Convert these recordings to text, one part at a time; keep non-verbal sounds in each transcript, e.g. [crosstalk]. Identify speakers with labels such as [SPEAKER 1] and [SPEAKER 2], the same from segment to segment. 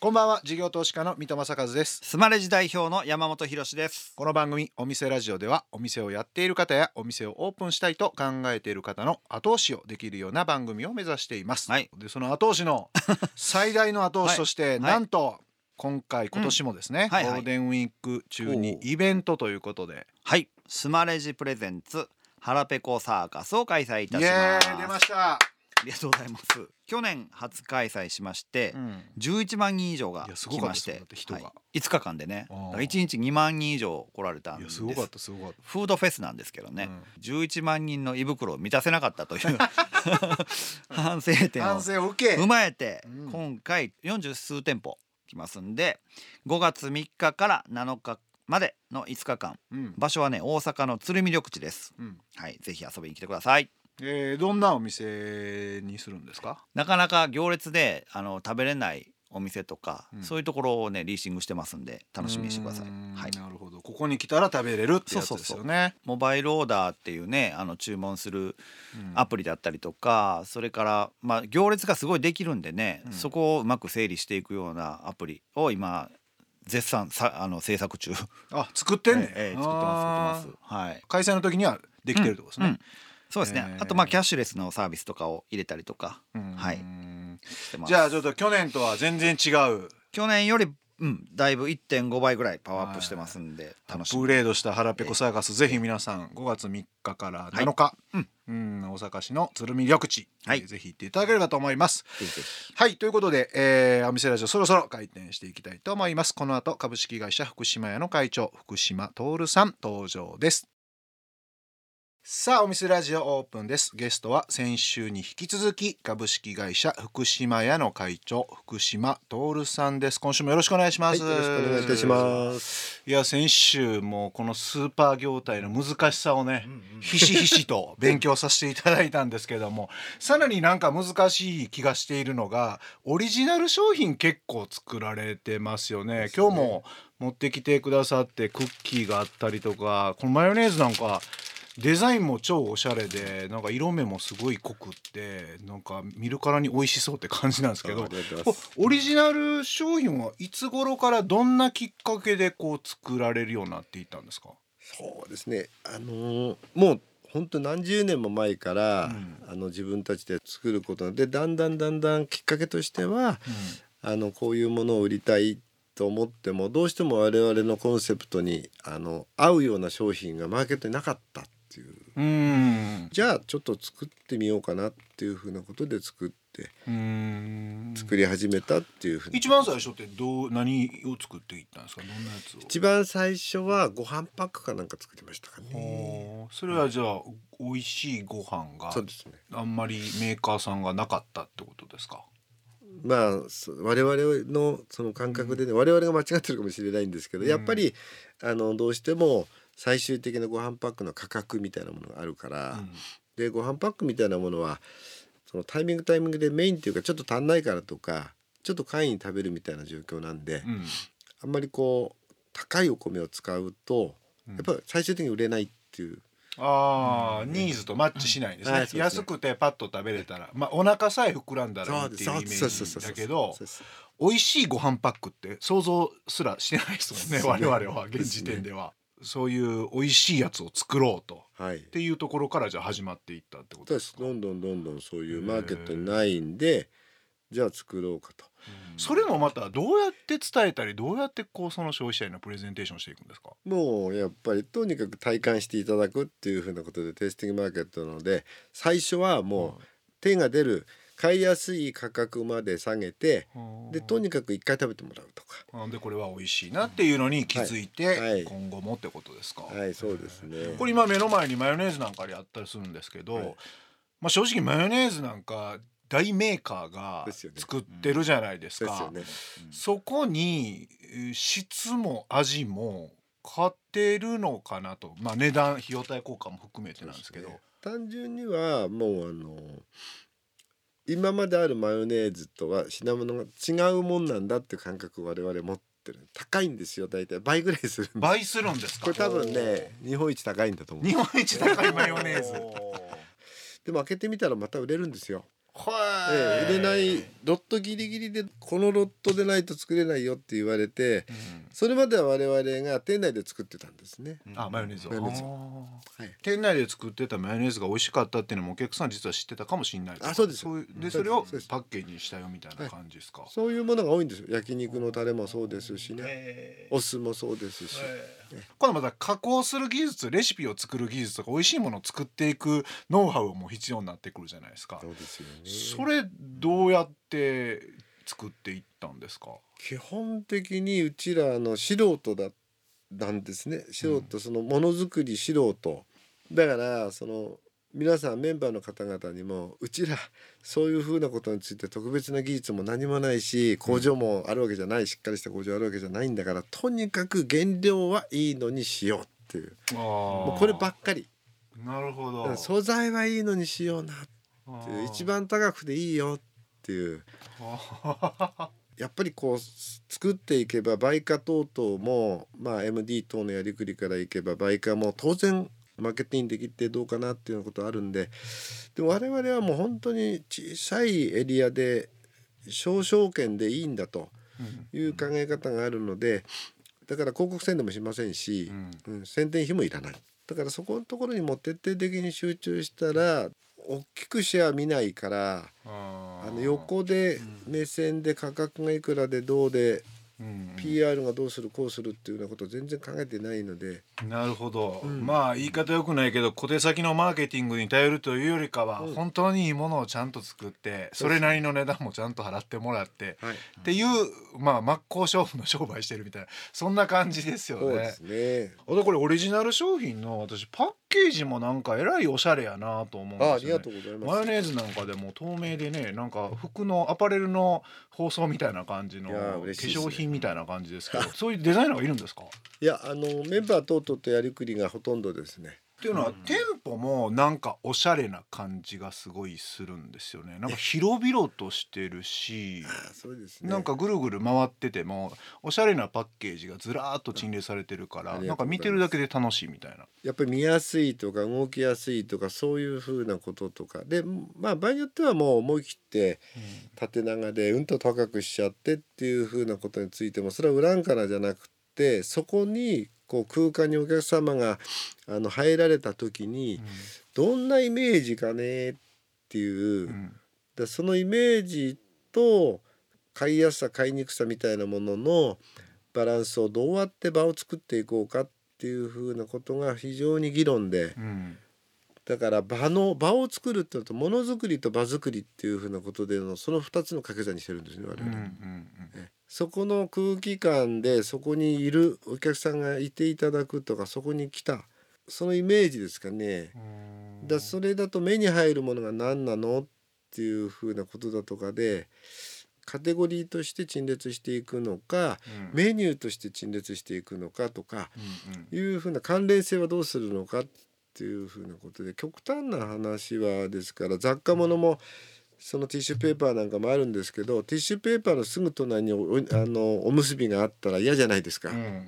[SPEAKER 1] こんばんは事業投資家の三戸正和です
[SPEAKER 2] スマレジ代表の山本博史です。
[SPEAKER 1] この番組お店ラジオではお店をやっている方やお店をオープンしたいと考えている方の後押しをできるような番組を目指しています、
[SPEAKER 2] はい
[SPEAKER 1] でその後押し
[SPEAKER 2] [laughs]
[SPEAKER 1] の最大の後押しとして、
[SPEAKER 2] い
[SPEAKER 1] なんと今回今年もですね、
[SPEAKER 2] はいはい
[SPEAKER 1] ゴールデンウィーク中に
[SPEAKER 2] おう
[SPEAKER 1] イベントということで
[SPEAKER 2] はい、スマレジプレゼンツ腹ペコサーカスを開催い
[SPEAKER 1] イ
[SPEAKER 2] たし
[SPEAKER 1] エ
[SPEAKER 2] ま
[SPEAKER 1] ー
[SPEAKER 2] す。
[SPEAKER 1] イ出ました、
[SPEAKER 2] ありがとうございます。去年初開催しまして。
[SPEAKER 1] うん
[SPEAKER 2] 11万人以上が
[SPEAKER 1] いやすご
[SPEAKER 2] 来
[SPEAKER 1] かった
[SPEAKER 2] ま
[SPEAKER 1] で
[SPEAKER 2] し
[SPEAKER 1] すよ
[SPEAKER 2] て
[SPEAKER 1] だって人が
[SPEAKER 2] はい、5日間でね
[SPEAKER 1] あー
[SPEAKER 2] だから1日2万人以上来られたん
[SPEAKER 1] い
[SPEAKER 2] で
[SPEAKER 1] や
[SPEAKER 2] す
[SPEAKER 1] すごかったすごかった
[SPEAKER 2] フードフェスなんですけどね、11万人の胃袋を満たせなかったという
[SPEAKER 1] [laughs]
[SPEAKER 2] 反省点を
[SPEAKER 1] 反省を受け
[SPEAKER 2] 踏まえて、
[SPEAKER 1] うん
[SPEAKER 2] 今回40数店舗来ますんで5月3日から7日までの5日間
[SPEAKER 1] うん
[SPEAKER 2] 場所はね大阪の鶴見緑地です
[SPEAKER 1] うん
[SPEAKER 2] はいぜひ遊びに来てください
[SPEAKER 1] えー、どんなお店にするんですか
[SPEAKER 2] なかなか行列であの食べれないお店とか、
[SPEAKER 1] うん
[SPEAKER 2] そういうところをねリーシングしてますんで楽しみにしてくださいう
[SPEAKER 1] ーん
[SPEAKER 2] はい
[SPEAKER 1] なるほどここに来たら食べれるってやつ
[SPEAKER 2] そうそう
[SPEAKER 1] です
[SPEAKER 2] そう
[SPEAKER 1] よね
[SPEAKER 2] モバイルオーダーっていうねあの注文する
[SPEAKER 1] うん
[SPEAKER 2] アプリだったりとか、それから、まあ、行列がすごいできるんでね、
[SPEAKER 1] うん
[SPEAKER 2] そこをうまく整理していくようなアプリを今絶賛さあの制作中、
[SPEAKER 1] あ作ってんねん、
[SPEAKER 2] ええ作ってます作って
[SPEAKER 1] あー
[SPEAKER 2] ますはい
[SPEAKER 1] 開催の時にはできてるってことですね、
[SPEAKER 2] そうですね、
[SPEAKER 1] ええ
[SPEAKER 2] あとまあキャッシュレスのサービスとかを入れたりとか
[SPEAKER 1] うん
[SPEAKER 2] はいしてます
[SPEAKER 1] じゃあちょっと去年とは全然違う
[SPEAKER 2] 去年よりうんだいぶ1.5倍ぐらいパワーアップしてますんで
[SPEAKER 1] ア
[SPEAKER 2] 楽し
[SPEAKER 1] ッ
[SPEAKER 2] み
[SPEAKER 1] プグレードした腹ペコサーカス、ぜひ皆さん5月3日から7日、
[SPEAKER 2] うん
[SPEAKER 1] うん大阪市の鶴見緑地、
[SPEAKER 2] はい
[SPEAKER 1] えーぜひ行っていただければと思います
[SPEAKER 2] ぜひぜひ
[SPEAKER 1] はいということで、えー、お店ラジオそろそろ開店していきたいと思いますこの後株式会社福島屋の会長福島徹さん登場ですさあお店ラジオオープンですゲストは先週に引き続き株式会社福島屋の会長福島徹さんです今週もよろしくお願いします、
[SPEAKER 3] はい、よろしくお願いいたします。
[SPEAKER 1] いや先週もこのスーパー業態の難しさをね、ひしひしと勉強させていただいたんですけどもさらになんか難しい気がしているのがオリジナル商品結構作られてますよね今日も持ってきてくださってクッキーがあったりとかこのマヨネーズなんかデザインも超おしゃれでなんか色目もすごい濃くってなんか見るからに美味しそうって感じなんですけ
[SPEAKER 3] あ
[SPEAKER 1] ど
[SPEAKER 3] りがとうござい
[SPEAKER 1] こ
[SPEAKER 3] ます
[SPEAKER 1] うオリジナル商品はいつ頃からどんなきっかけでこう作られるようになっていったんですか、
[SPEAKER 3] そうですね。あのーもう本当何十年も前から、
[SPEAKER 1] うん
[SPEAKER 3] あの自分たちで作ることでだんだんだんだんきっかけとしてはあのこういうものを売りたいと思ってもどうしても我々のコンセプトにあの合うような商品がマーケットになかったっていう。
[SPEAKER 1] うん
[SPEAKER 3] じゃあちょっと作ってみようかなっていうふうなことで作って
[SPEAKER 1] うん
[SPEAKER 3] 作り始めたっていうふうに
[SPEAKER 1] 一番最初ってどう何を作っていったんですかどんなやつを
[SPEAKER 3] 一番最初はご飯パックかなんか作りましたかね。
[SPEAKER 1] おーそれはじゃあ美味しいご飯が
[SPEAKER 3] そうですね。
[SPEAKER 1] あんまりメーカーさんがなかったってことですか
[SPEAKER 3] まあそ我々のその感覚でね、我々が間違ってるかもしれないんですけど、
[SPEAKER 1] うん
[SPEAKER 3] やっぱりあのどうしても最終的なご飯パックの価格みたいなものがあるから、でご飯パックみたいなものはそのタイミングタイミングでメインっていうかちょっと足んないからとかちょっと簡易に食べるみたいな状況なんで、
[SPEAKER 1] うん
[SPEAKER 3] あんまりこう高いお米を使うと
[SPEAKER 1] うん
[SPEAKER 3] やっぱり最終的に売れないっていう、
[SPEAKER 1] あーニーズとマッチしないですね,、
[SPEAKER 3] うんはいそうですね
[SPEAKER 1] 安くてパッと食べれたら、まあ、お腹さえ膨らんだらいいっていうイメ
[SPEAKER 3] そうそう
[SPEAKER 1] ージ
[SPEAKER 3] そうそう
[SPEAKER 1] だけど
[SPEAKER 3] そうそう
[SPEAKER 1] 美味しいご飯パックって想像すらしてないですもんね
[SPEAKER 3] そうですね
[SPEAKER 1] 我々は現時点ではそういう美味しいやつを作ろうとっ
[SPEAKER 3] はい
[SPEAKER 1] ていうところからじゃあ始まっていったってこと
[SPEAKER 3] そう
[SPEAKER 1] で
[SPEAKER 3] ですす
[SPEAKER 1] か
[SPEAKER 3] どんどんどんどんそういうマーケットにないんでじゃあ作ろうかと。
[SPEAKER 1] それもまたどうやって伝えたりどうやってこうその消費者へのプレゼンテーションしていくんですか
[SPEAKER 3] もうやっぱりとにかく体感していただくっていうふうなことでテイスティングマーケットなので最初はもう手が出る買いやすい価格まで下げてでとにかく一回食べてもらうとか
[SPEAKER 1] なんでこれは美味しいなっていうのに気づいて、
[SPEAKER 3] はいはい
[SPEAKER 1] 今後もってことですか、
[SPEAKER 3] はいそうですね
[SPEAKER 1] これ今目の前にマヨネーズなんかであったりするんですけど、
[SPEAKER 3] はい
[SPEAKER 1] まあ正直マヨネーズなんか大メーカーが
[SPEAKER 3] ですよね
[SPEAKER 1] 作ってるじゃないです
[SPEAKER 3] で
[SPEAKER 1] か。
[SPEAKER 3] すよね
[SPEAKER 1] そこにえー質も味も買ってるのかなと、まあ、値段費用対効果も含めてなんですけど
[SPEAKER 3] そうですね単純にはもうあの今まであるマヨネーズとは品物が違うもんなんだっていう感覚を我々持ってる高いんですよ大体倍ぐらいするんです
[SPEAKER 1] 倍するんですか
[SPEAKER 3] これ多分ね日本一高いんだと思う
[SPEAKER 1] 日本一高いマヨネーズ
[SPEAKER 3] でも開けてみたらまた売れるんですよ
[SPEAKER 1] は
[SPEAKER 3] ええ、売れないロットギリギリでこのロットでないと作れないよって言われてそれまでは我々が店内で作ってたんですね。
[SPEAKER 1] あマヨネーズを
[SPEAKER 3] マヨネーズ
[SPEAKER 1] あー
[SPEAKER 3] はい
[SPEAKER 1] 店内で作ってたマヨネーズが美味しかったっていうのもお客さん実は知ってたかもしれない
[SPEAKER 3] あそうです
[SPEAKER 1] いう
[SPEAKER 3] う
[SPEAKER 1] で
[SPEAKER 3] ん
[SPEAKER 1] それを
[SPEAKER 3] そうです
[SPEAKER 1] パッケージにしたよみたいな感じですか、
[SPEAKER 3] そういうものが多いんですよ焼肉のタレもそうですしね
[SPEAKER 1] え
[SPEAKER 3] お酢もそうですし、
[SPEAKER 1] 今度また加工する技術レシピを作る技術とか美味しいものを作っていくノウハウも必要になってくるじゃないですか
[SPEAKER 3] そうですよね
[SPEAKER 1] それどうやって作っていったんですか
[SPEAKER 3] 基本的にうちらの素人だなんですね素人そのものづくり素人だからその皆さんメンバーの方々にもうちらそういうふうなことについて特別な技術も何もないし工場もあるわけじゃないしっかりした工場あるわけじゃないんだからとにかく原料はいいのにしようっていうも
[SPEAKER 1] も
[SPEAKER 3] うこればっかり
[SPEAKER 1] なるほ
[SPEAKER 3] だか
[SPEAKER 1] ど
[SPEAKER 3] ら素材はいいのにしようなっていう
[SPEAKER 1] う
[SPEAKER 3] 一番高くていいよっていうやっぱりこうす作っていけば売価等々も、まあ、MD 等のやりくりからいけば売価も当然マーケティングできてどうかなっていうようなことあるんででも我々はもう本当に小さいエリアで小証券でいいんだという考え方があるのでだから広告宣伝もしませんし、うん、宣伝費もいらないだからそこのところにもう徹底的に集中したら大きくシェア見ないからあ
[SPEAKER 1] あ
[SPEAKER 3] の横で目線で価格がいくらでどうで PR がどうするこうするっていうようなことを全然考えてないので
[SPEAKER 1] なるほど、
[SPEAKER 3] ん
[SPEAKER 1] まあ言い方よくないけど小手先のマーケティングに頼るというよりかは、
[SPEAKER 3] うん
[SPEAKER 1] 本当にいいものをちゃんと作ってそれなりの値段もちゃんと払ってもらって、
[SPEAKER 3] はい
[SPEAKER 1] っていうまあ真っ向勝負の商売してるみたいなそんな感じですよ
[SPEAKER 3] そうで
[SPEAKER 1] ね
[SPEAKER 3] す。ね
[SPEAKER 1] あとこれオリジナル商品の私パッケージもなんかえらいおしゃれやなと思うんですよ、ね、
[SPEAKER 3] あありがとうござい
[SPEAKER 1] マ
[SPEAKER 3] ま
[SPEAKER 1] ヨ
[SPEAKER 3] す
[SPEAKER 1] ネーズなんかでも透明でねなんか服のアパレルの包装みたいな感じの
[SPEAKER 3] い
[SPEAKER 1] 化
[SPEAKER 3] やー嬉しいですね
[SPEAKER 1] 粧品みたいな感じです [laughs] けどそういうデザイナーがいるんですかっ
[SPEAKER 3] いやあのメンバー等々とやりくりがほとんどですね
[SPEAKER 1] ていうのは、店舗もなんかおしゃれな感じがすごいするんですよね [laughs] なんか広々としてるし
[SPEAKER 3] あそうですね
[SPEAKER 1] なんかぐるぐる回っててもおしゃれなパッケージがずらーっと陳列されてるから
[SPEAKER 3] あり
[SPEAKER 1] な
[SPEAKER 3] が
[SPEAKER 1] ん
[SPEAKER 3] と
[SPEAKER 1] か
[SPEAKER 3] うござい
[SPEAKER 1] 見
[SPEAKER 3] ます
[SPEAKER 1] てるだけで楽しいみたいな。
[SPEAKER 3] やっぱり見やすいとか動きやすいとかそういうふうなこととかでまあ場合によってはもう思い切って縦長でうんと高くしちゃってっていうふうなことについてもそれは裏んからじゃなくってそこにこう空間にお客様があの入られた時にどんなイメージかねっていう、
[SPEAKER 1] うん
[SPEAKER 3] でそのイメージと買いやすさ買いにくさみたいなもののバランスをどうやって場を作っていこうかっていうふうなことが非常に議論で
[SPEAKER 1] うん
[SPEAKER 3] だから場の場を作るってのとものづくりと場作りっていうふうなことでのその2つの掛け算にしてるんですね我
[SPEAKER 1] うんうんう
[SPEAKER 3] 々。
[SPEAKER 1] ん
[SPEAKER 3] そこの空気感でそこにいるお客さんがいていただくとかそこに来たそのイメージですかね。
[SPEAKER 1] うん
[SPEAKER 3] だそれだと目に入るものが何なのっていうふうなことだとかでカテゴリーとして陳列していくのか
[SPEAKER 1] うん
[SPEAKER 3] メニューとして陳列していくのかとか
[SPEAKER 1] うんうん
[SPEAKER 3] いうふうな関連性はどうするのかっていうふうなことで極端な話はですから雑貨物もそのティッシュペーパーなんかもあるんですけどティッシュペーパーのすぐ隣におおあのおむすびがあったら嫌じゃないですか。
[SPEAKER 1] うんうんうん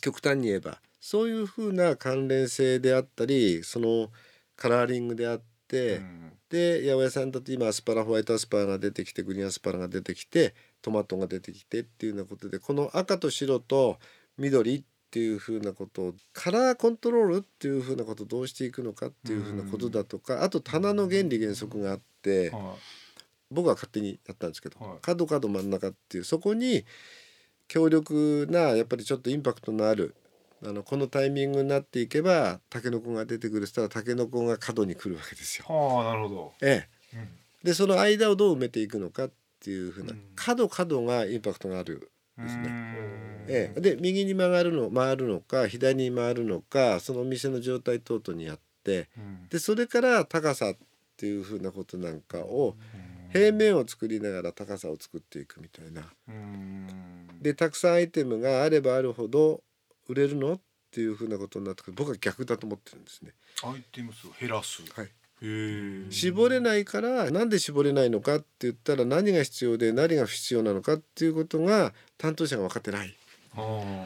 [SPEAKER 3] 極端に言えばそういうふうな関連性であったりそのカラーリングであって、
[SPEAKER 1] うん
[SPEAKER 3] で八百屋さんだと今アスパラホワイトアスパラが出てきてグリーンアスパラが出てきてトマトが出てきてっていうようなことでこの赤と白と緑っていうふうなことをカラーコントロールっていうふうなことをどうしていくのかっていうふうなことだとかあと棚の原理原則があって。
[SPEAKER 1] は
[SPEAKER 3] 僕は勝手にやったんですけど、
[SPEAKER 1] はい
[SPEAKER 3] 角角真ん中っていうそこに強力なやっぱりちょっとインパクトのあるあのこのタイミングになっていけばタケノコが出てくるしたらタケノコが角に来るわけですよ。
[SPEAKER 1] いはあなるほど。
[SPEAKER 3] え
[SPEAKER 1] うん
[SPEAKER 3] え、でその間をどう埋めていくのかっていうふうな、
[SPEAKER 1] うん
[SPEAKER 3] 角角がインパクトがある。ですね
[SPEAKER 1] うーん
[SPEAKER 3] ええ、で右に曲がるの回るのか左に回るのかそのお店の状態等々にやって
[SPEAKER 1] うん
[SPEAKER 3] でそれから高さっていうふうなことなんかを平面を作りながら高さを作っていくみたいな。
[SPEAKER 1] うーん
[SPEAKER 3] でたくさんアイテムがあればあるほど売れるのっていうふうなことになってくる僕は逆だと思ってるんですね。
[SPEAKER 1] アイテム数を減らす。
[SPEAKER 3] はい、
[SPEAKER 1] へえ。
[SPEAKER 3] 絞れないからなんで絞れないのかって言ったら何が必要で何が不必要なのかっていうことが担当者が分かってない
[SPEAKER 1] あー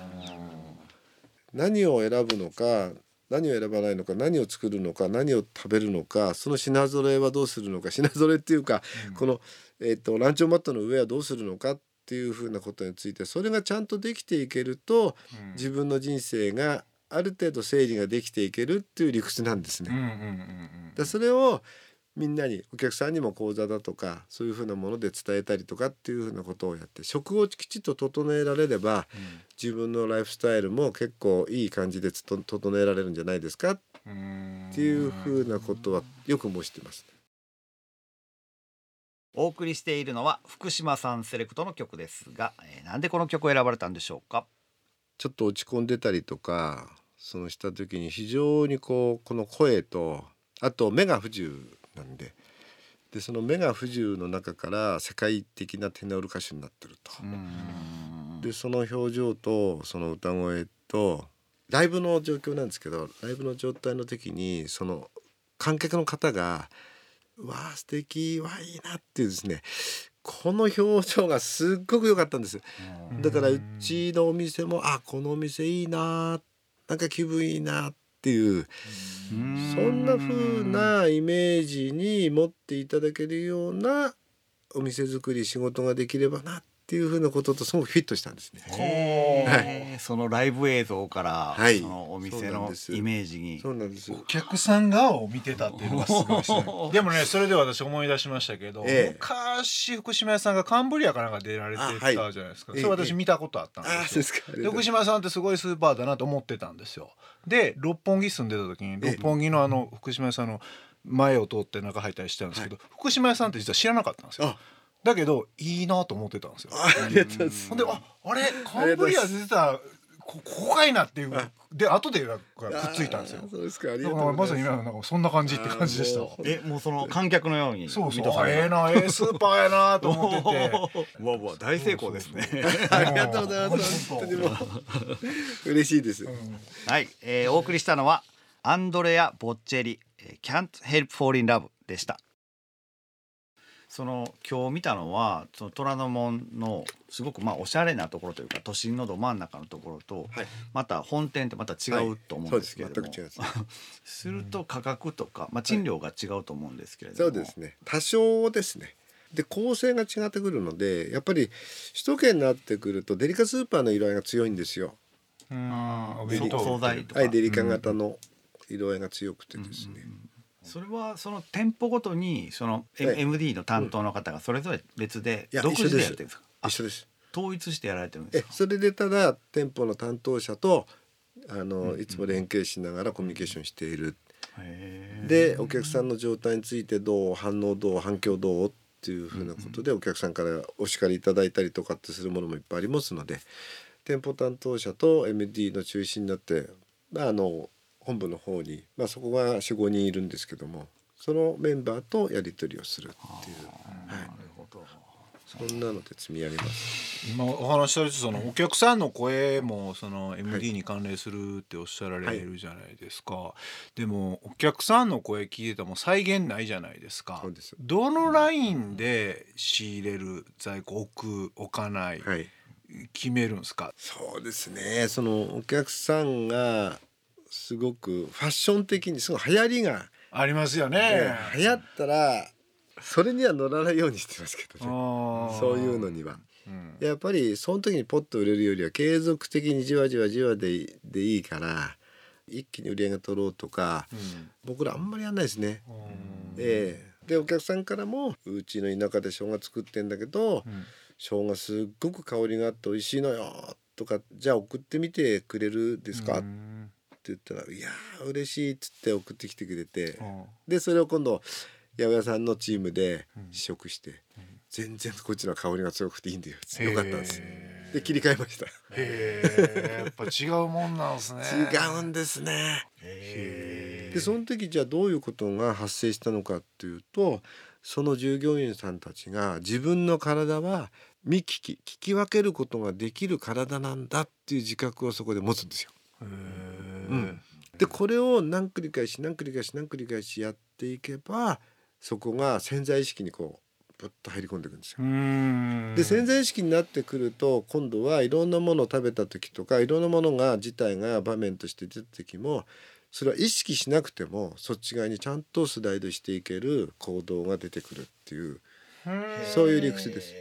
[SPEAKER 3] 何を選ぶのか何を選ばないのか何を作るのか何を食べるのかその品揃えはどうするのか品揃えっていうか、この、えっとランチョンマットの上はどうするのかっていうふうなことについてそれがちゃんとできていけると
[SPEAKER 1] うん
[SPEAKER 3] 自分の人生がある程度整理ができていけるっていう理屈なんですね。
[SPEAKER 1] うんうんうん
[SPEAKER 3] だそれをみんなにお客さんにも講座だとかそういうふうなもので伝えたりとかっていうふうなことをやって食をきちっと整えられれば自分のライフスタイルも結構いい感じでつと整えられるんじゃないですかっ
[SPEAKER 1] うん
[SPEAKER 3] ていうふうなことはよく申してます。
[SPEAKER 2] お送りしているのは福島さんセレクトの曲ですが、えーなんでこの曲を選ばれたんでしょうか
[SPEAKER 3] ちょっと落ち込んでたりとかそのした時に非常にこうこの声とあと目が不自由なんででその目が不自由の中から世界的なテノール歌手になってると。でその表情とその歌声とライブの状況なんですけどライブの状態の時にその観客の方が「うわあ素敵わあいいな」っていうですねこの表情がすっごく良かったんです
[SPEAKER 1] うん
[SPEAKER 3] だからうちのお店も「あこのお店いいななんか気分いいな」っていう
[SPEAKER 1] そ
[SPEAKER 3] そんな風なイメージに持っていただけるようなお店作り仕事ができればなっていう風なこととすごくフィットしたんですね。
[SPEAKER 2] えーそのライブ映像から、
[SPEAKER 3] はい
[SPEAKER 2] そのお
[SPEAKER 3] そ
[SPEAKER 2] 店
[SPEAKER 3] うなん
[SPEAKER 2] の
[SPEAKER 3] です
[SPEAKER 2] イメージに
[SPEAKER 3] そうなんです
[SPEAKER 1] お客さん側を見てたっていうのがすごいですね
[SPEAKER 3] [laughs]
[SPEAKER 1] でもねそれで私思い出しましたけど、
[SPEAKER 3] ええ
[SPEAKER 1] 昔福島屋さんがカンブリアかなんか出られて
[SPEAKER 3] あはい
[SPEAKER 1] たじゃないですか、
[SPEAKER 3] ええ
[SPEAKER 1] それ私見たことあったん
[SPEAKER 3] ああ
[SPEAKER 1] です
[SPEAKER 3] そう
[SPEAKER 1] よ、
[SPEAKER 3] ですか。
[SPEAKER 1] で福島さんってすごいスーパーだなと思ってたんですよで六本木住んでた時に
[SPEAKER 3] ええ
[SPEAKER 1] 六本木のあの福島屋さんの前を通って中入ったりしてたんですけど、福島屋さんって実は知らなかったんですよ
[SPEAKER 3] あ
[SPEAKER 1] だけどいいなと思ってたんですよ
[SPEAKER 3] あありがとうございます
[SPEAKER 1] ほんでああれカンブリア出てたこここかいなっていうで後でなんかくっついたんですよ
[SPEAKER 3] あーそうですか。あり
[SPEAKER 1] だ
[SPEAKER 3] がと
[SPEAKER 1] から
[SPEAKER 3] うご
[SPEAKER 1] ま
[SPEAKER 3] ざ
[SPEAKER 1] さ
[SPEAKER 3] い
[SPEAKER 1] に
[SPEAKER 3] ます。
[SPEAKER 1] 今のなんかそんな感じって感じでした
[SPEAKER 3] あ
[SPEAKER 1] わ
[SPEAKER 3] ーもう
[SPEAKER 2] えもうその観客のように
[SPEAKER 1] そうそう
[SPEAKER 2] 満たさ
[SPEAKER 1] あええ
[SPEAKER 2] れ
[SPEAKER 1] なええスーパーやなと [laughs] 思ってて
[SPEAKER 2] てわうわう大成功ですね
[SPEAKER 3] ありがとうございます。
[SPEAKER 1] も
[SPEAKER 3] 本
[SPEAKER 1] う
[SPEAKER 3] 当にも [laughs] う嬉しいです。
[SPEAKER 2] [laughs] はい、えーお送りしたのはアンドレア・ボッチェリ「えー Can't Help Fall in Love」でしたその今日見たのはその虎ノ門のすごくまあおしゃれなところというか都心のど真ん中のところと、
[SPEAKER 3] はい
[SPEAKER 2] また本店とまた違うと思うんですけれども、
[SPEAKER 3] はいそうです全く違い
[SPEAKER 2] [laughs] すると価格とか、まあ、賃料が違うと思うんですけれど
[SPEAKER 3] そ
[SPEAKER 2] も、
[SPEAKER 3] うですね。多少ですね。で構成が違ってくるのでやっぱり首都圏になってくるとデリカスーパーの色合いが強いんですよ。
[SPEAKER 1] うんお弁
[SPEAKER 2] そう惣
[SPEAKER 1] 当
[SPEAKER 2] 菜とか、
[SPEAKER 3] はいデリカ型の色合いが強くてですね。
[SPEAKER 2] それはその店舗ごとにその M-
[SPEAKER 3] はい
[SPEAKER 2] MD の担当の方がそれぞれ別で
[SPEAKER 3] いや
[SPEAKER 2] 独
[SPEAKER 3] 一緒
[SPEAKER 2] 自
[SPEAKER 3] で
[SPEAKER 2] ですやってるんですかあ
[SPEAKER 3] 一緒です。
[SPEAKER 2] 統一してやられてるんです
[SPEAKER 3] え
[SPEAKER 2] か
[SPEAKER 3] それでただ店舗の担当者とあのいつも連携しながらコミュニケーションしている
[SPEAKER 2] へー
[SPEAKER 3] でお客さんの状態についてどう反応どう反響どうっていうふうなことでお客さんからお叱りいただいたりとかってするものもいっぱいありますので店舗担当者と MD の中心になって、まあ、あの本部の方に、まあ、そこが45人いるんですけどもそのメンバーとやり取りをするっていう、はい、
[SPEAKER 2] なるほど
[SPEAKER 3] そんなので積み上げます。
[SPEAKER 1] 今お話しされてたそのお客さんの声もその MD に関連するっておっしゃられるじゃないですか、でもお客さんの声聞いてても再現ないじゃないですか
[SPEAKER 3] そうです
[SPEAKER 1] どのラインで仕入れる在庫置く置かない、
[SPEAKER 3] はい
[SPEAKER 1] 決めるんですか
[SPEAKER 3] そうですねそのお客さんがすごくファッション的にすごい流行りが、
[SPEAKER 1] ありますよ
[SPEAKER 3] え
[SPEAKER 1] ね、
[SPEAKER 3] え流行ったらそれには乗らないようにしてますけどねそういうのには。
[SPEAKER 1] うん
[SPEAKER 3] やっぱりその時にポッと売れるよりは継続的にじわじわじわででいいから一気に売り上げ取ろうとか僕らあんまりやんないですね。ええでお客さんからもうちの田舎で生姜作ってんだけど、生姜すっごく香りがあって美味しいのよとかじゃあ送ってみてくれるですか、って言ったら「いやー嬉しい」っつって送ってきてくれて、でそれを今度八百屋さんのチームで試食して、全然こっちの香りが強くていいんだよってよかったんです
[SPEAKER 1] へー
[SPEAKER 3] で切り替えました
[SPEAKER 1] へえやっぱ違うもんなんですね
[SPEAKER 3] 違うんですねでその時じゃあどういうことが発生したのかっていうとその従業員さんたちが自分の体は見聞き聞き分けることができる体なんだっていう自覚をそこで持つんですよ。うんでこれを何繰り返し何繰り返し何繰り返しやっていけばそこが潜在意識にこうぶっと入り込んでいくんですよ。
[SPEAKER 1] うん
[SPEAKER 3] で潜在意識になってくると今度はいろんなものを食べた時とかいろんなものが自体が場面として出た時もそれは意識しなくてもそっち側にちゃんとスライドしていける行動が出てくるっていうそういう理屈です。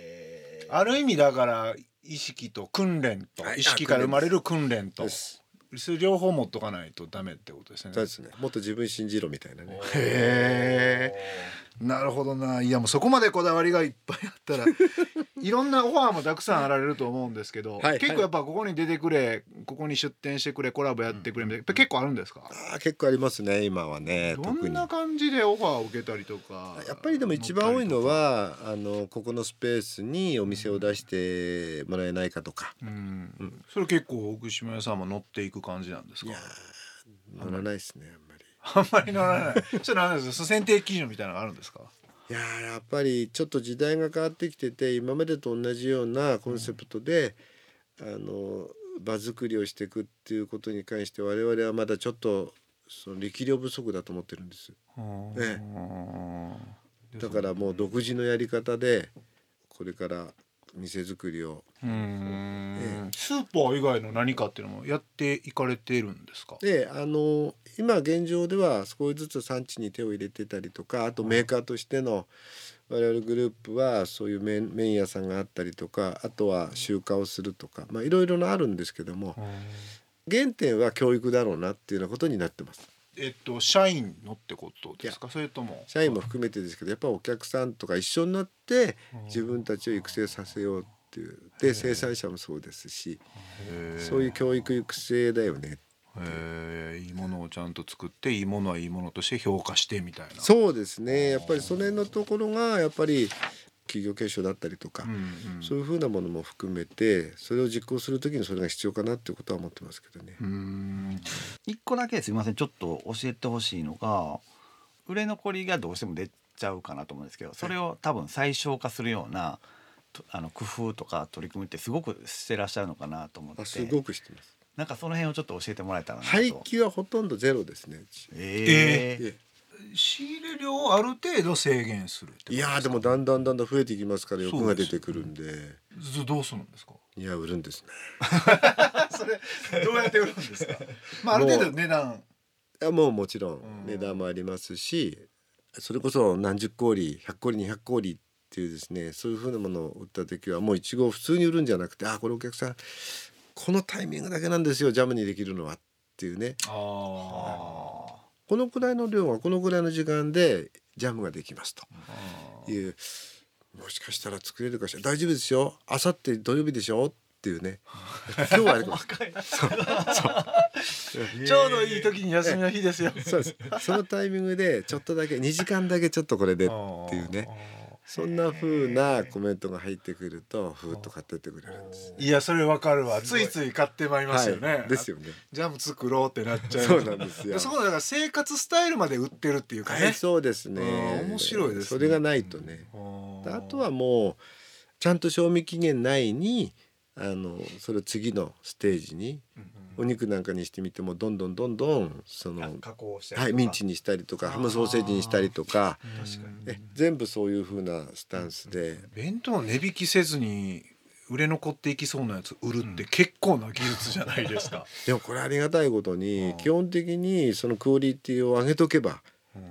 [SPEAKER 1] ある意味だから意識と訓練と
[SPEAKER 3] はい
[SPEAKER 1] 意識から生まれる訓練と
[SPEAKER 3] です
[SPEAKER 1] それ両方持っとかないとダメってことですね
[SPEAKER 3] そうですね。もっと自分信じろみたいなね。
[SPEAKER 1] へえなるほどないやもうそこまでこだわりがいっぱいあった
[SPEAKER 3] [laughs]
[SPEAKER 1] らいろんなオファーもたくさんあられると思うんですけど、
[SPEAKER 3] はい
[SPEAKER 1] 結構やっぱここに出てくれここに出店してくれコラボやってくれみたいなやっぱ結構あるんですか、
[SPEAKER 3] あー結構ありますね今はね
[SPEAKER 1] ど
[SPEAKER 3] 特
[SPEAKER 1] ん
[SPEAKER 3] に。
[SPEAKER 1] な
[SPEAKER 3] や
[SPEAKER 1] 感じでオファーを受けたりとか
[SPEAKER 3] っぱりでも一番多いのはあのここのスペースにお店を出してもらえないかとか。
[SPEAKER 1] うん、それ結構奥島屋さんも乗っていく感じなんですか
[SPEAKER 3] いや乗らないですねあんまり。
[SPEAKER 1] あんまり乗らな
[SPEAKER 3] [laughs]
[SPEAKER 1] いそれなんですか選定基準みたいなのがあるんですか
[SPEAKER 3] いやーやっぱりちょっと時代が変わってきてて今までと同じようなコンセプトで、あの場作りをしていくっていうことに関して我々はまだちょっとその力量不足だと思ってるんですえだからもう独自のやり方でこれから店作りを
[SPEAKER 1] うーんスーパー以外の何かっていうのもやっていかれてるんですか
[SPEAKER 3] であの今現状では少しずつ産地に手を入れてたりとかあとメーカーとしての我々グループはそういう麺麺屋さんがあったりとかあとは集荷をするとかまあいろいろなあるんですけども原点は教育だろうなっていうようなことになってます。
[SPEAKER 1] えっと社員のってことですかそれとも
[SPEAKER 3] 社員も含めてですけどやっぱお客さんとか一緒になって自分たちを育成させようっていうで生産者もそうですしそういう教育育成だよね
[SPEAKER 1] えーいいものをちゃんと作っていいものはいいものとして評価してみたいな
[SPEAKER 3] そうですねやっぱりそれのところがやっぱり企業継承だったりとか、
[SPEAKER 1] うん
[SPEAKER 3] そういうふうなものも含めてそれを実行するときにそれが必要かなっていうことは思ってますけどね。
[SPEAKER 1] うんうーん
[SPEAKER 2] 一個だけすみませんちょっと教えてほしいのが売れ残りがどうしても出ちゃうかなと思うんですけどそれを多分最小化するようなとあの工夫とか取り組みってすごくしてらっしゃるのかなと思って
[SPEAKER 3] あすごくしてます。
[SPEAKER 2] なんかその辺をちょっと教えてもらえたらなと。
[SPEAKER 3] 廃棄はほとんどゼロですね。うち
[SPEAKER 2] えー
[SPEAKER 3] え
[SPEAKER 1] 仕入れ量をある程度制限するってこと
[SPEAKER 3] えいやーでもだんだんだんだん増えていきますから欲が出てくるんで
[SPEAKER 1] ずどうするんですか
[SPEAKER 3] いや売るんですね。
[SPEAKER 1] それどうやって売るんですか [laughs] まあある程度値段
[SPEAKER 3] いやもうもちろ
[SPEAKER 1] うん
[SPEAKER 3] ん値段もありますし、それこそ何十氷100氷200氷っていうですねそういうふうなものを売った時はもういちごを普通に売るんじゃなくてあこれお客さんこのタイミングだけなんですよジャムにできるのはっていうね
[SPEAKER 1] あ
[SPEAKER 3] このくらいの量はこのくらいの時間でジャムができますというもしかしたら作れるかしら大丈夫ですよあさって土曜日でしょっていうね今日はあれかも
[SPEAKER 1] ちょうどいい時に休みの日ですよ。
[SPEAKER 3] そうですそのタイミングでちょっとだけ2時間だけちょっとこれでっていうね。そんな風なコメントが入ってくるとふーっと買ってってくれるんです。
[SPEAKER 1] いやそれわかるわ。ついつい買ってまいりますよね。
[SPEAKER 3] はい、ですよね。
[SPEAKER 1] ジャム作ろうってなっちゃい
[SPEAKER 3] そうなんですよ
[SPEAKER 1] そこだから生活スタイルまで売ってるっていうかね。
[SPEAKER 3] そうですね
[SPEAKER 1] うん。面白いですね
[SPEAKER 3] それがないとね。あとはもうちゃんと賞味期限内にあのそれを次のステージにお肉なんかにしてみてもどんどんどんどんその
[SPEAKER 2] 加工して
[SPEAKER 3] はいミンチにしたりとかハムソーセージにしたりとか
[SPEAKER 1] 確かに。
[SPEAKER 3] え全部そういう風なスタンスで
[SPEAKER 1] 弁当値引きせずに売れ残っていきそうなやつ売るって結構な技術じゃないです
[SPEAKER 3] [laughs]
[SPEAKER 1] か。
[SPEAKER 3] でもこれありがたいことに基本的にそのクオリティを上げとけば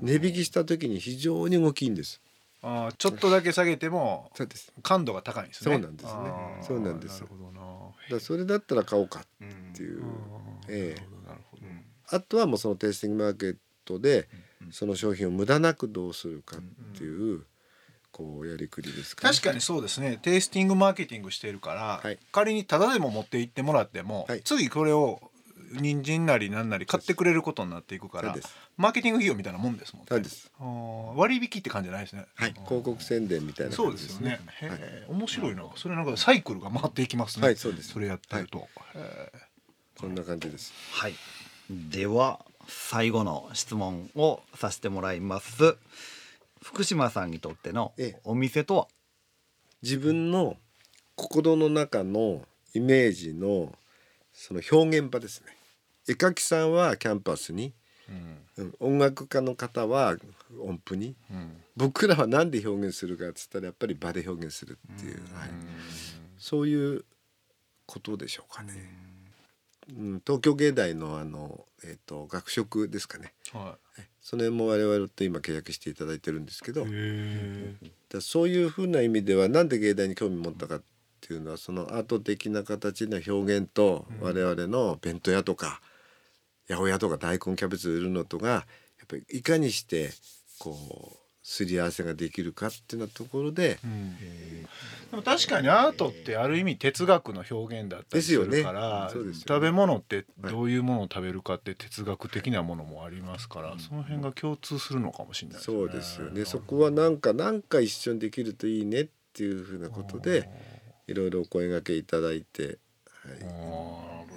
[SPEAKER 3] 値引きした時に非常に動きいいんです。
[SPEAKER 1] あーちょっとだけ下げても
[SPEAKER 3] そうです。
[SPEAKER 1] 感度が高いんですね。
[SPEAKER 3] そうなんですね
[SPEAKER 1] あー
[SPEAKER 3] そうなんで
[SPEAKER 1] な
[SPEAKER 3] す
[SPEAKER 1] るほど
[SPEAKER 3] だからそれだったら買おうか
[SPEAKER 1] な。っ
[SPEAKER 3] っていう。
[SPEAKER 1] え
[SPEAKER 3] ええ
[SPEAKER 1] なるほどなる
[SPEAKER 3] あとはもうそのテイスティングマーケットでその商品を無駄なくどうするかっていうこうやりくりですか、ね。
[SPEAKER 1] 確かにそうですねテイスティングマーケティングしているから、
[SPEAKER 3] はい
[SPEAKER 1] 仮にタダでも持って行ってもらっても、
[SPEAKER 3] はい
[SPEAKER 1] 次これを人参なりなんなり買ってくれることになっていくから
[SPEAKER 3] そうです
[SPEAKER 1] マーケティング費用みたいなもんですもんね
[SPEAKER 3] そうです。
[SPEAKER 1] あー割引って感じじゃないですね、
[SPEAKER 3] はい。広告宣伝みたいな
[SPEAKER 1] そう
[SPEAKER 3] 感
[SPEAKER 1] で
[SPEAKER 3] じ
[SPEAKER 1] すよね、へえ面白いなそれなんかサイクルが回っていきますね、
[SPEAKER 3] はいそうです
[SPEAKER 1] それやってると、へえ
[SPEAKER 3] こんな感じです。
[SPEAKER 2] はい。では最後の質問をさせてもらいます。福島さんにとっての
[SPEAKER 3] ええ
[SPEAKER 2] お店とは、
[SPEAKER 3] 自分の心の中のイメージのその表現場ですね絵描きさんはキャンパスに、うん音楽家の方は音符に、僕らは何で表現するかっつったらやっぱり場で表現するっていう、はい、そういうことでしょうかね。うん、東京芸大のあの、えっと学食ですかね
[SPEAKER 1] は
[SPEAKER 3] それも我々と今契約していただいてるんですけど、
[SPEAKER 1] い。へ
[SPEAKER 3] だそういうふうな意味ではなんで芸大に興味持ったかっていうのはそのアート的な形の表現と
[SPEAKER 1] うん
[SPEAKER 3] 我々の弁当屋とか八百屋とか大根キャベツ売るのとがやっぱりいかにしてこうすり合わせができるかっていうようなところで
[SPEAKER 1] うんでも確かにアートってある意味哲学の表現だったりするから、
[SPEAKER 3] ですよねそうですよね
[SPEAKER 1] 食べ物ってどういうものを食べるかって哲学的なものもありますから、その辺が共通するのかもしれないですね。
[SPEAKER 3] そうですよねそこはなんかなんか一緒にできるといいねっていうふうなことでいろいろお声掛けいただいて、はい
[SPEAKER 1] あーなるほどなるほど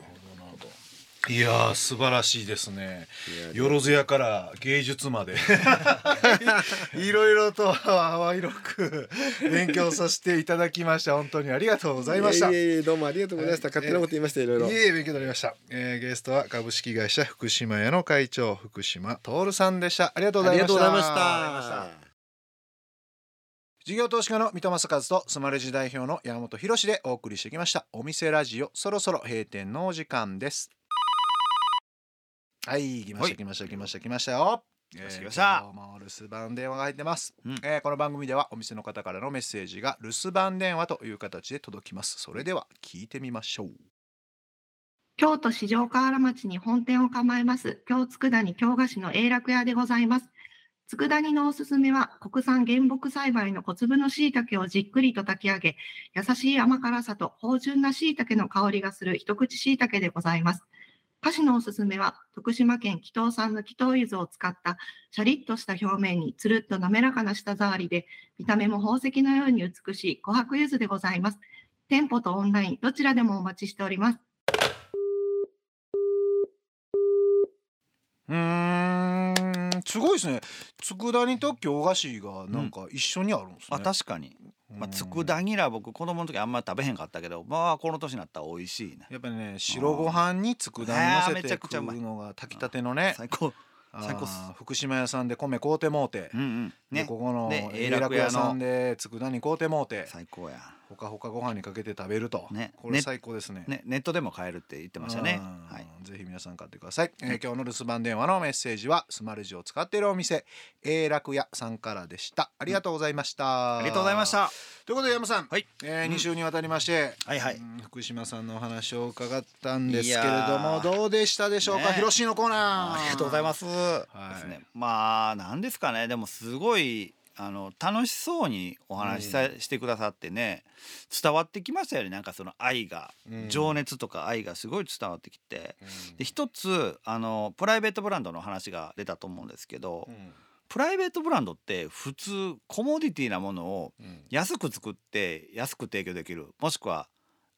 [SPEAKER 1] いやー素晴らしいですね
[SPEAKER 3] いや。
[SPEAKER 1] よろずやから芸術まで
[SPEAKER 3] [laughs]
[SPEAKER 1] いろいろと幅広く勉強させていただきました。本当にありがとうございました。
[SPEAKER 3] いえいえいえどうもありがとうございました、
[SPEAKER 1] はい
[SPEAKER 3] 勝手なこと言いましたいろいろ
[SPEAKER 1] いえいえ勉強になりました、えー、ゲストは株式会社福島屋の会長福島徹さんでしたありがとうございました
[SPEAKER 3] ありがとうございました
[SPEAKER 1] 事業投資家の三戸正和とスマレジ代表の山本博史でお送りしてきましたお店ラジオそろそろ閉店のお時間ですはい来ました
[SPEAKER 2] はい
[SPEAKER 1] 来ました来ました来ましたよ
[SPEAKER 2] 来ました来ました
[SPEAKER 1] えー今日も留守番電話が入ってます、
[SPEAKER 2] うん
[SPEAKER 1] えーこの番組ではお店の方からのメッセージが留守番電話という形で届きますそれでは聞いてみましょう
[SPEAKER 4] 京都市場河原町に本店を構えます京佃煮京菓子の永楽屋でございます佃煮のおすすめは国産原木栽培の小粒の椎茸をじっくりと炊き上げ優しい甘辛さと芳醇な椎茸の香りがする一口椎茸でございます菓子のおすすめは徳島県紀東産の紀東柚子を使ったシャリッとした表面につるっと滑らかな舌触りで見た目も宝石のように美しい琥珀柚子でございます店舗とオンラインどちらでもお待ちしております
[SPEAKER 1] うーんすごいですね。佃煮と京菓子がなんか一緒にあるんですね。
[SPEAKER 2] あ確かに、まあ、佃
[SPEAKER 1] 煮。
[SPEAKER 2] 煮ら僕子供の時あんま食べへんかったけどまあこの年になったら美味しいね
[SPEAKER 1] やっぱりね白ご飯に佃煮
[SPEAKER 2] あー
[SPEAKER 1] 乗せ
[SPEAKER 2] め
[SPEAKER 1] て
[SPEAKER 2] ちゃくちゃう
[SPEAKER 1] 食
[SPEAKER 2] まいう
[SPEAKER 1] のが炊きたてのね。
[SPEAKER 2] 最高
[SPEAKER 1] あー
[SPEAKER 2] 最高っす
[SPEAKER 1] 福島屋さんで米買うてもうて
[SPEAKER 2] う。んうん
[SPEAKER 1] ね、
[SPEAKER 2] ね
[SPEAKER 1] ここの
[SPEAKER 2] で
[SPEAKER 1] 永楽屋さんで佃煮買うてもうて
[SPEAKER 2] 最高や
[SPEAKER 1] ほかほかご飯にかけて食べると、
[SPEAKER 2] ね
[SPEAKER 1] これ
[SPEAKER 2] ね
[SPEAKER 1] 最高ですね
[SPEAKER 2] ねネットでも買えるって言ってましたね
[SPEAKER 1] うん
[SPEAKER 2] はい
[SPEAKER 1] ぜひ皆さん買ってください、えー今日の留守番電話のメッセージはスマレジを使っているお店永楽屋さんからでしたありがとうございました、
[SPEAKER 2] ありがとうございました
[SPEAKER 1] ということで山さん、
[SPEAKER 2] はい
[SPEAKER 1] えー、
[SPEAKER 2] うん
[SPEAKER 1] 2週にわたりまして、
[SPEAKER 2] はいはい
[SPEAKER 1] うん福島さんのお話を伺ったんですけれど
[SPEAKER 2] いやー
[SPEAKER 1] もどうでしたでしょうか、
[SPEAKER 2] ね
[SPEAKER 1] 広しのコーナー
[SPEAKER 2] ありがとうございますす。ですね。まあなんですかね。でもすごいあの楽しそうにお話しさ、してくださってね、伝わってきましたよね。なんかその愛が、
[SPEAKER 1] うん
[SPEAKER 2] 情熱とか愛がすごい伝わってきて。で一つあのプライベートブランドの話が出たと思うんですけど、プライベートブランドって普通コモディティなものを安く作って安く提供できるもしくは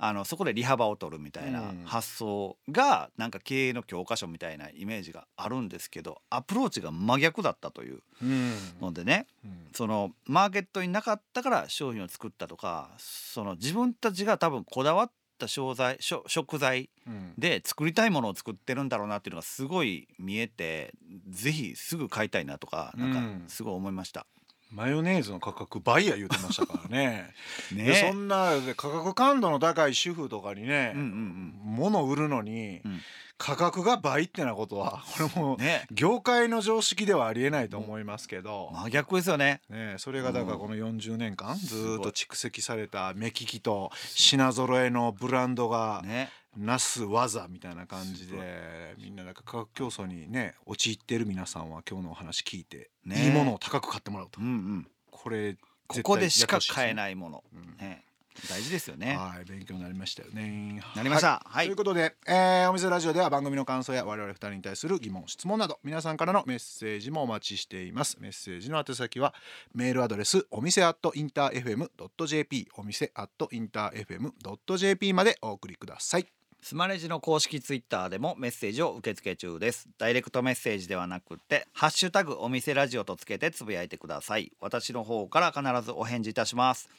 [SPEAKER 2] あのそこで利幅を取るみたいな
[SPEAKER 1] うん
[SPEAKER 2] 発想がなんか経営の教科書みたいなイメージがあるんですけどアプローチが真逆だったという
[SPEAKER 1] うん
[SPEAKER 2] のでね
[SPEAKER 1] うん
[SPEAKER 2] そのマーケットになかったから商品を作ったとかその自分たちが多分こだわった商材食食材
[SPEAKER 1] うん
[SPEAKER 2] で作りたいものを作ってるんだろうなっていうのがすごい見えてぜひすぐ買いたいなとかなん
[SPEAKER 1] うん
[SPEAKER 2] かすごい思いました。
[SPEAKER 1] マヨネーズの価格倍や言ってましたから [laughs] ねでそ
[SPEAKER 2] ね
[SPEAKER 1] んな価格感度の高い主婦とかにね、
[SPEAKER 2] うんうん
[SPEAKER 1] 物売るのに
[SPEAKER 2] うん
[SPEAKER 1] 価格が倍ってなことはこれも
[SPEAKER 2] うん、ね
[SPEAKER 1] 業界の常識ではありえないと思いますけど、
[SPEAKER 2] 真逆ですよね。
[SPEAKER 1] ねえ、それがだからこの40年間ずーっ
[SPEAKER 2] すご
[SPEAKER 1] と
[SPEAKER 2] い
[SPEAKER 1] 蓄積された目利きと品揃えのブランドが
[SPEAKER 2] ね
[SPEAKER 1] なす技みたいな感じ
[SPEAKER 2] すごい
[SPEAKER 1] でみんななんか価格競争にね陥ってる皆さんは今日のお話聞いて
[SPEAKER 2] ね
[SPEAKER 1] いいものを高く買ってもらうと
[SPEAKER 2] うんうん、
[SPEAKER 1] これ
[SPEAKER 2] ここでしか買え
[SPEAKER 1] い
[SPEAKER 2] ないもの、ね、大事ですよね。
[SPEAKER 1] はい勉強になりましたよね
[SPEAKER 2] なりまし
[SPEAKER 1] はい
[SPEAKER 2] た。はい、
[SPEAKER 1] ということで、えーお店ラジオでは番組の感想や我々2人に対する疑問質問など皆さんからのメッセージもお待ちしていますメッセージの宛先はメールアドレスお店アットインター FM.jp お店アットインター FM.jp までお送りください
[SPEAKER 2] スマレジの公式ツイッターでもメッセージを受け付け中です。ダイレクトメッセージではなくて、ハッシュタグお店ラジオとつけてつぶやいてください。私の方から必ずお返事いたします。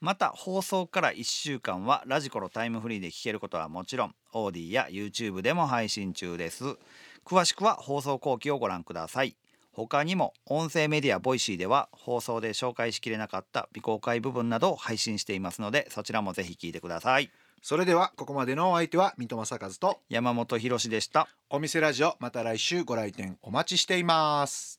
[SPEAKER 2] また放送から1週間はラジコのタイムフリーで聞けることはもちろん、オーディや YouTube でも配信中です。詳しくは放送後期をご覧ください。他にも音声メディアボイシーでは放送で紹介しきれなかった未公開部分などを配信していますのでそちらもぜひ聞いてください。
[SPEAKER 1] それではここまでのお相手は水戸正和と
[SPEAKER 2] 山本博史でした
[SPEAKER 1] お店ラジオまた来週ご来店お待ちしています